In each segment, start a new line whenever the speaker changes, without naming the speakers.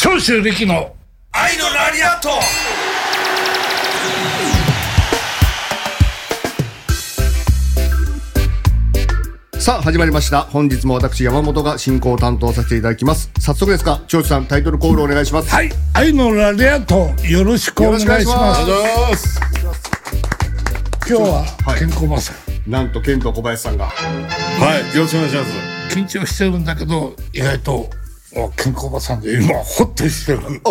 長州力の
愛のラリアット
さあ、始まりました。本日も私、山本が進行を担当させていただきます。早速ですが、長州さん、タイトルコールお願いします。
はい愛のラリアットよろしくお願いします
よろしくお願いします
今日は
はい
健康マスター
なんと、ケント小林さんが。
はい、よろしくお願いします。
緊張してるんだけど意外とあ健康マスターで今ホッとしてる
あ、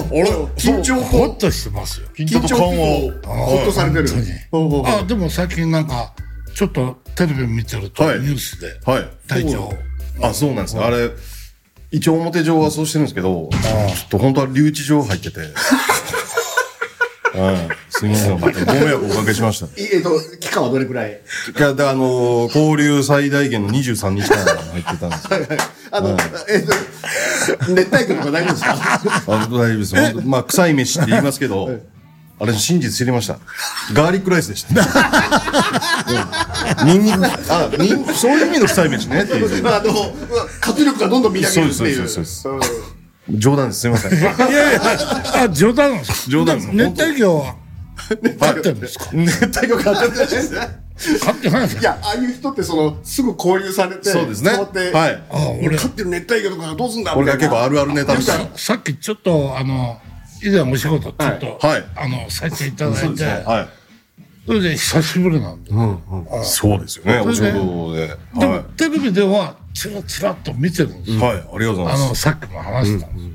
緊張
ホッ
法。
としてますよ
緊張
緩和
法。ほっとされてる
本当に。
ほうほうほう
あでも最近なんかちょっとテレビ見てると
はい
ニュースで
はい。
体調
あ、そうなんですね。あれ、一応表上はそうしてるんですけど、ちょっと本当は留置場入ってて。はい。すみません。ご迷惑おかけしました。
いえっと、期間はどれくらい
いや、で、あのー、交流最大限の23日間入ってたんですけど。
あの、えっと、熱帯魚とか大丈夫ですか
あ大丈夫です。本当まあ、臭い飯って言いますけど、あれ、真実知りました。ガーリックライスでした。うんニンニク、あ、ニンそういう意味の臭い飯ねっていう。
あの、活力がどんどんみなぎるってい
そう
う。
ですそうです
うん
冗談です。すみ ません。
いやいやあ冗談です
冗談です
熱帯魚は飼ってるんですか
熱帯魚が当たってないね。
飼ってないんです
い
か
や、ああいう人ってその、すぐ交流されて、
そうですね。
捕まって、
はい。
あ俺
飼ってる熱帯魚とかがどうすんだ
これが結構あ
る。
るあるネタです。
ささっきちょっとあの以前お仕事ちょっと、
はいはい
あのさせていただいてそ,、
は
れで久しぶりなんで、
い。そうですよね。お仕
それで
事で。
でも、
は
テレビではちらちらっと見てるんです
い。
よ、
はい。ありがとうござい
あ
ま
の
す。
さっきも話したんです、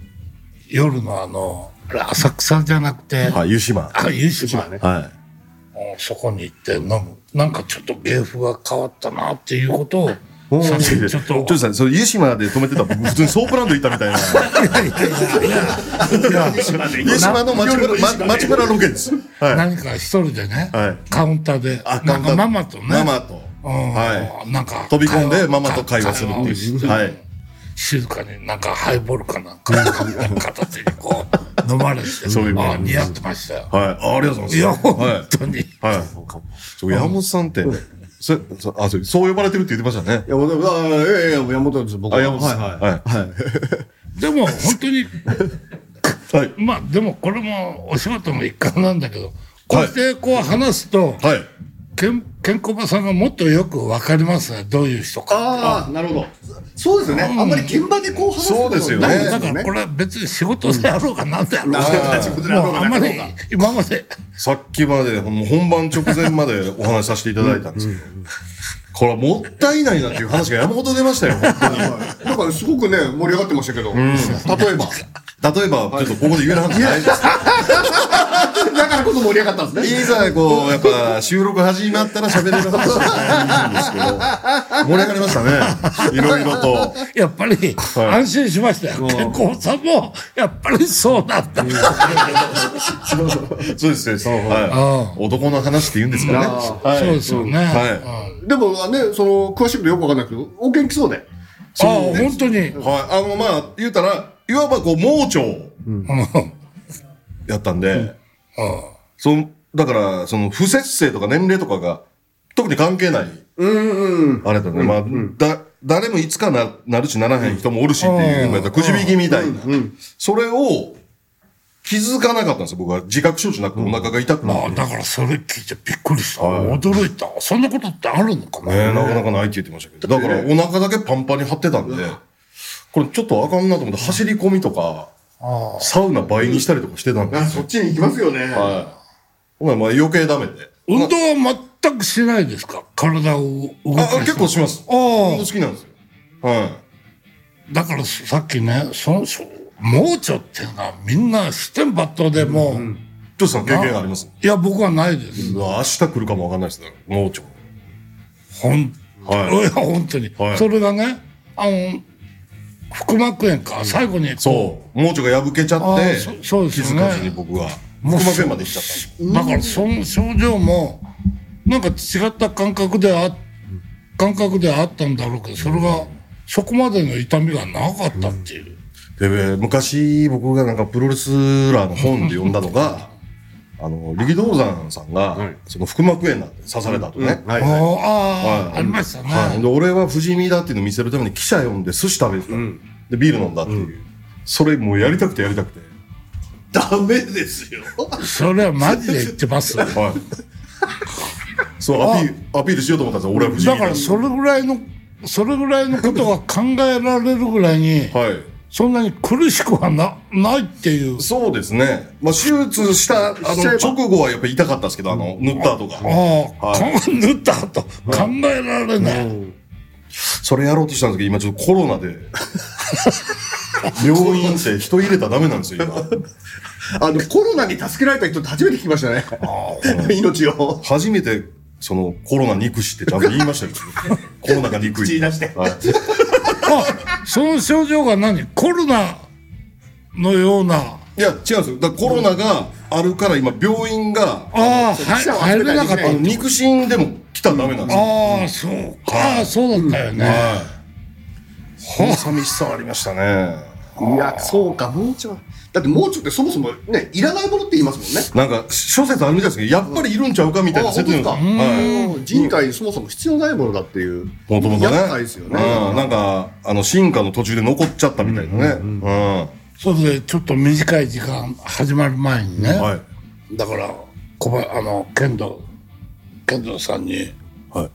夜のあのあれ浅草じゃなくて、
はい。湯島。は
あ湯島ね、
い。
うんそこに行って飲むなんかちょっと芸風が変わったなっていうことをさっきちょっと
ちょっとさん、それ湯島で止めてたら普通にソープランド行ったみたいな。湯島の街ブラま街ブラロケです。はい。
何か一人でね、
はい
カウンターで
あ
なんかママとね
ママと。
うん
は
なんか
い。飛び込んでママと会話するって
会話を
い
して
う。はい。
静かになんかハイボールかなんか片手にこう飲まれて
そういうもん
あ似合ってましたよ
はい。あありがとうござ
い
い
や
ます。
本当に、
はい。はい。そう山本さんって、そそあそうそう呼ばれてるって言ってましたね。
いや、僕は、あいやいや、山本です、僕
あ、
は。
山本さん。
はいはい
はい。
でも本当に
はい。
まあでもこれもお仕事の一環なんだけどこうやってこう話すと、
はい。
けんケンコバさんがもっとよくわかりますねどういう人か
ああ、なるほど。そうですよね。あんまり現場でこう話すこと
そうですよね
だ
ない
からだ
で
か
す
らこれは別に仕事であろうかなんであろう
あ
か
ー自分で
もうあんまり
なんか
今まで
さっきまで、もう本番直前までお話しさせていただいたんですけど、これはもったいないなっていう話が山ほど出ましたよ、本
なんかすごくね、盛り上がってましたけど。例え ば。
当に。例えば、ちょっとここで言える話じゃないですか。
だからこそ盛り上がったんですね。
いざ、こう、やっぱ、収録始まったら喋れる話じゃないんですけど、盛り上がりましたね。いろいろと。
やっぱり安心しましたよ。健康さんもやっぱりそうなんだ。
そうですね、その、はい、男の話って言うんですかね。はい
そうですよね。
は
でもね、その、詳しくてよくわかんないけど、お元気そうで。
ああ、本当に。
はい。あの、まあ、言うたら、いわばこう、盲腸やったんで、その、だから、その、不節制とか年齢とかが、特に関係ない。あれだね。まあ、だ、誰もいつかな、なるしならへん人もおるしっていう、まあくじ引きみたいな。それを、気づかなかったんですよ、僕は。自覚症状なくてお腹が痛くな
あ
っ
あ、
て。
だからそれ聞いてびっくりした。驚いた。そんなことってあるのかな、
ねえなかなかないって言ってましたけど。だから、お腹だけパンパンに張ってたんで、これちょっとあかんなと思って、走り込みとか、サウナ倍にしたりとかしてたんで
あ
す
そ
よ
っ。ちに行きますよね。
ほな、まあ余計ダメで。
運動は全くしないですか体を動か
あ
す。
あ結構します。
ああ
運動好きなんですよ。は
だからさっきね、その、そう盲腸っていうのはみんな視点抜刀でもう、
い。ジョーさん経験あります
いや、僕はないです。
うわ明日来るかもわかんないですね。盲腸。
ほん、
はい
い、や本当に、
はい
それがねあの腹膜炎か最後にこう
そう。盲腸が破けちゃ
あ
って、
ーそそうです
気
よ
づ
ね
かずに僕は、
もう
腹膜炎まで行っちゃったんです。
だからその症状もなんか違った感覚であ感覚であったんだろうけどそれがそこまでの痛みがなかったっていう、
でえー昔僕がなんかプロレスラーの本で読んだのがあの力道山さんが、その腹膜炎なんて刺されたとね、
は
あ
いはい。
ーあー、
はい
ありましたね、
はいで俺は不死身だっていうのを見せるために記者呼んで寿司食べてた、でビール飲んだっていう、それもうやりたくてやりたくて
ダメですよ。
それはマジで言ってます。だ
はい。そう、アピール、アピールしようと思ったんですよ、俺は不思議
からそれぐらいの、それぐらいのことが考えられるぐらいに、
はい。
そんなに苦しくはなないっていう。
そうですね。まあ、手術した、あ
しちゃえば
の、直後はやっぱ痛かったですけど、あの、塗った後が。
ああ、
は
考え塗ったと考えられない。
それやろうとしたんですけど、今ちょっとコロナで。病院って人入れたらダメなんですよ、今。
あの、コロナに助けられた人って初めて聞きましたね。 命を。
初めて、その、コロナ憎しってちゃんと言いましたけど、コロナが憎い。
口に出して
はい
あ、その症状が何コロナのような。
いや、違うんですよ。だからコロナがあるから、今、病院が、
ああ、
記者は
は
入
入れ
れな
な
き
か
ゃ
っ
いけ
た
な
あの、肉親でも来たらダメなんですよ。
ああ、そうか、そうだったよね。
ほん寂しさはありましたね。
いや、そうか、盲腸。だって盲腸ってそもそもね、いらないものって言いますもんね。
なんか、諸説あるみたいですけど、やっぱりいるんちゃうかみたいな
あ本当
説
ですか
はい。
うん人体にそもそも必要ないものだっていう。
もともとね。
厄介ですよね。
うん、なんか、あの、進化の途中で残っちゃったみたいなね。うん
それでちょっと短い時間始まる前にね、
はい。
だから小林あの剣道剣道さんに
はい。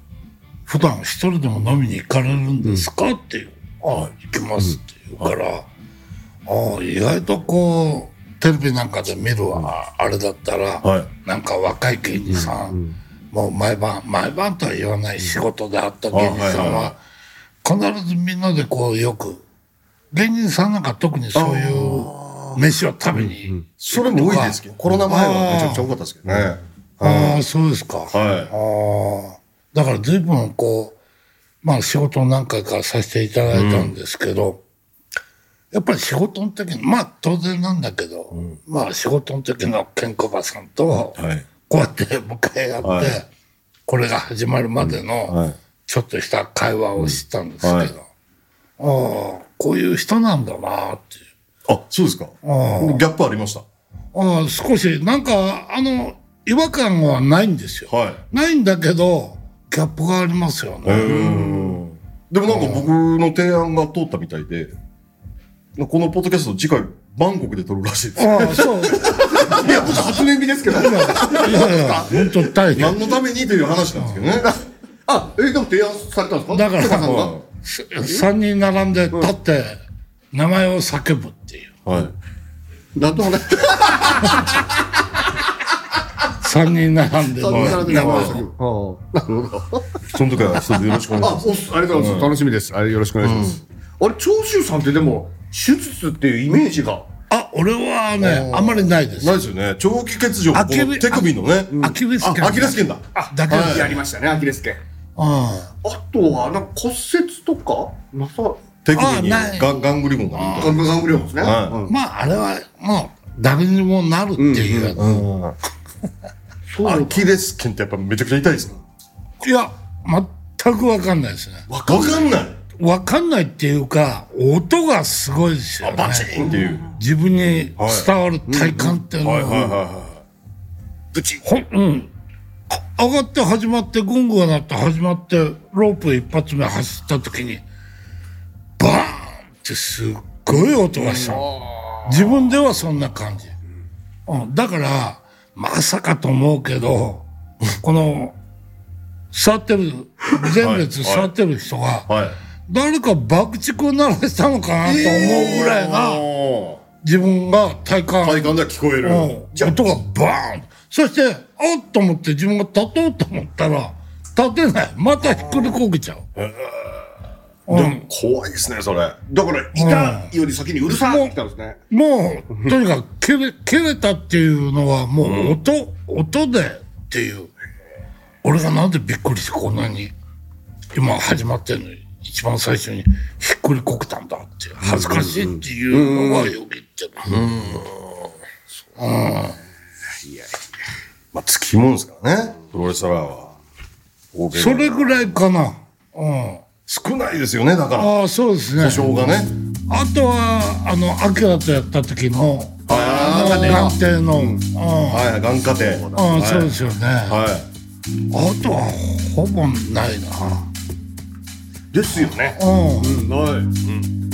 普段一人でも飲みに行かれるんですか?」っていう「ああ行きます」って言うから「ああ意外とこうテレビなんかで見るわあれだったら、
は
なんか若い芸人さん、もう毎晩毎晩とは言わない仕事であった芸人さんは必ずみんなでこうよく芸人さんなんか特にそういう飯を食べに
それも多いですけど、コロナ前はめちゃくちゃ多かったですけどね。
ああそうですか。
は
ああ。だから随分こう、まあ仕事を何回かさせていただいたんですけど、やっぱり仕事の時に、まあ当然なんだけど、まあ仕事の時のケンコバさんと、
い。はい。
こうやって向かい合って、
はい
これが始まるまで
は
の
い、
ちょっとした会話をしたんですけど、
うんはい
ああ、こういう人なんだなっていう。
あ、そうですか。ギャップありました。
ああ、少し、なんか、あの、違和感はないんですよ。
はい。
ないんだけど、ギャップがありますよね。
うんでもなんか僕の提案が通ったみたいで、このポッドキャスト次回、バンコクで撮るらしいです。
ああ、そう。
いや、僕初耳ですけど。
いやいや、本当大変。
何のためにという話 なんですけどね。
あ、え、でも提案されたんですか
だから
高さんが
は
三人並んで立って、名前を叫ぶっていう。
い。はい。
なんともね。
三人並んで。
あの並んで
名
名前
前
を
を
叫ぶなるほど。
その時は一つよろしく
あ
お願いしま、
おっすありがとうございます。楽しみです。あれ、よろしくお願いします。あれ、長州さんってでも、手術っていうイメージが。
あ、俺はね、あんまりないです
す。ない。ですよね。長期欠場、こ
アキレ
の手首のね。
アキレス腱
あアキレス腱だ。
あ
だけです
やりましたね、アキレス腱。
あ
あとは、なんか骨折とかなさ、
手首に
あない
ガンガングリゴンが抜い
ガンガン不良ですね。
はい
うん
まあ、あれは、もう、誰にもなるっていう。
そう
た。
なん
ア
だ
キレス腱ってやっぱめちゃくちゃ痛いですか
いや、全くわかんないですね。
わかんない。
わかんないっていうか、音がすごいですよね。
バチーンっていう。
自分に伝わる体感っていうの
はいはいはい
は、
は
ブチほんうん。あ上がって始まって、ゴングが鳴って始まって、ロープ一発目走った時に、バーンってすっごい音がしたの。自分ではそんな感じ。うん、だから、まさかと思うけど、この、座ってる、前列
はい
座ってる人が、
い。はい。
誰か爆竹を鳴らしたのかなと思うぐらいな、
お
自分が体感。
ー体感では聞こえる。
うんじゃあ音がバーンそして、あっと思って自分が立とうと思ったら、立てない。またひっくりこけちゃう。うん
怖いですね、それ。
だから、いたより先にうるさいって来たんですね。
もう、とにかく蹴れ、蹴れたっていうのはもう音、音でっていう。俺がなんでびっくりしてこんなに、今始まってるのに、一番最初にひっくりこけたんだっていう、恥ずかしいっていうのはよぎってる。
まあ、つきもんですからね。プロレスラーは。大怪我
それぐらいかな。うん。
少ないですよね、だか
ああ、そうですね。
ら。故障がね。
あとはあのアキラとやった時の
あ
あの眼底の、うん
あはいはい、眼科で。
うん、そう
は
で
い
すよね、
はい。
あとはほぼないな
ですよね。
うん
ない。うん。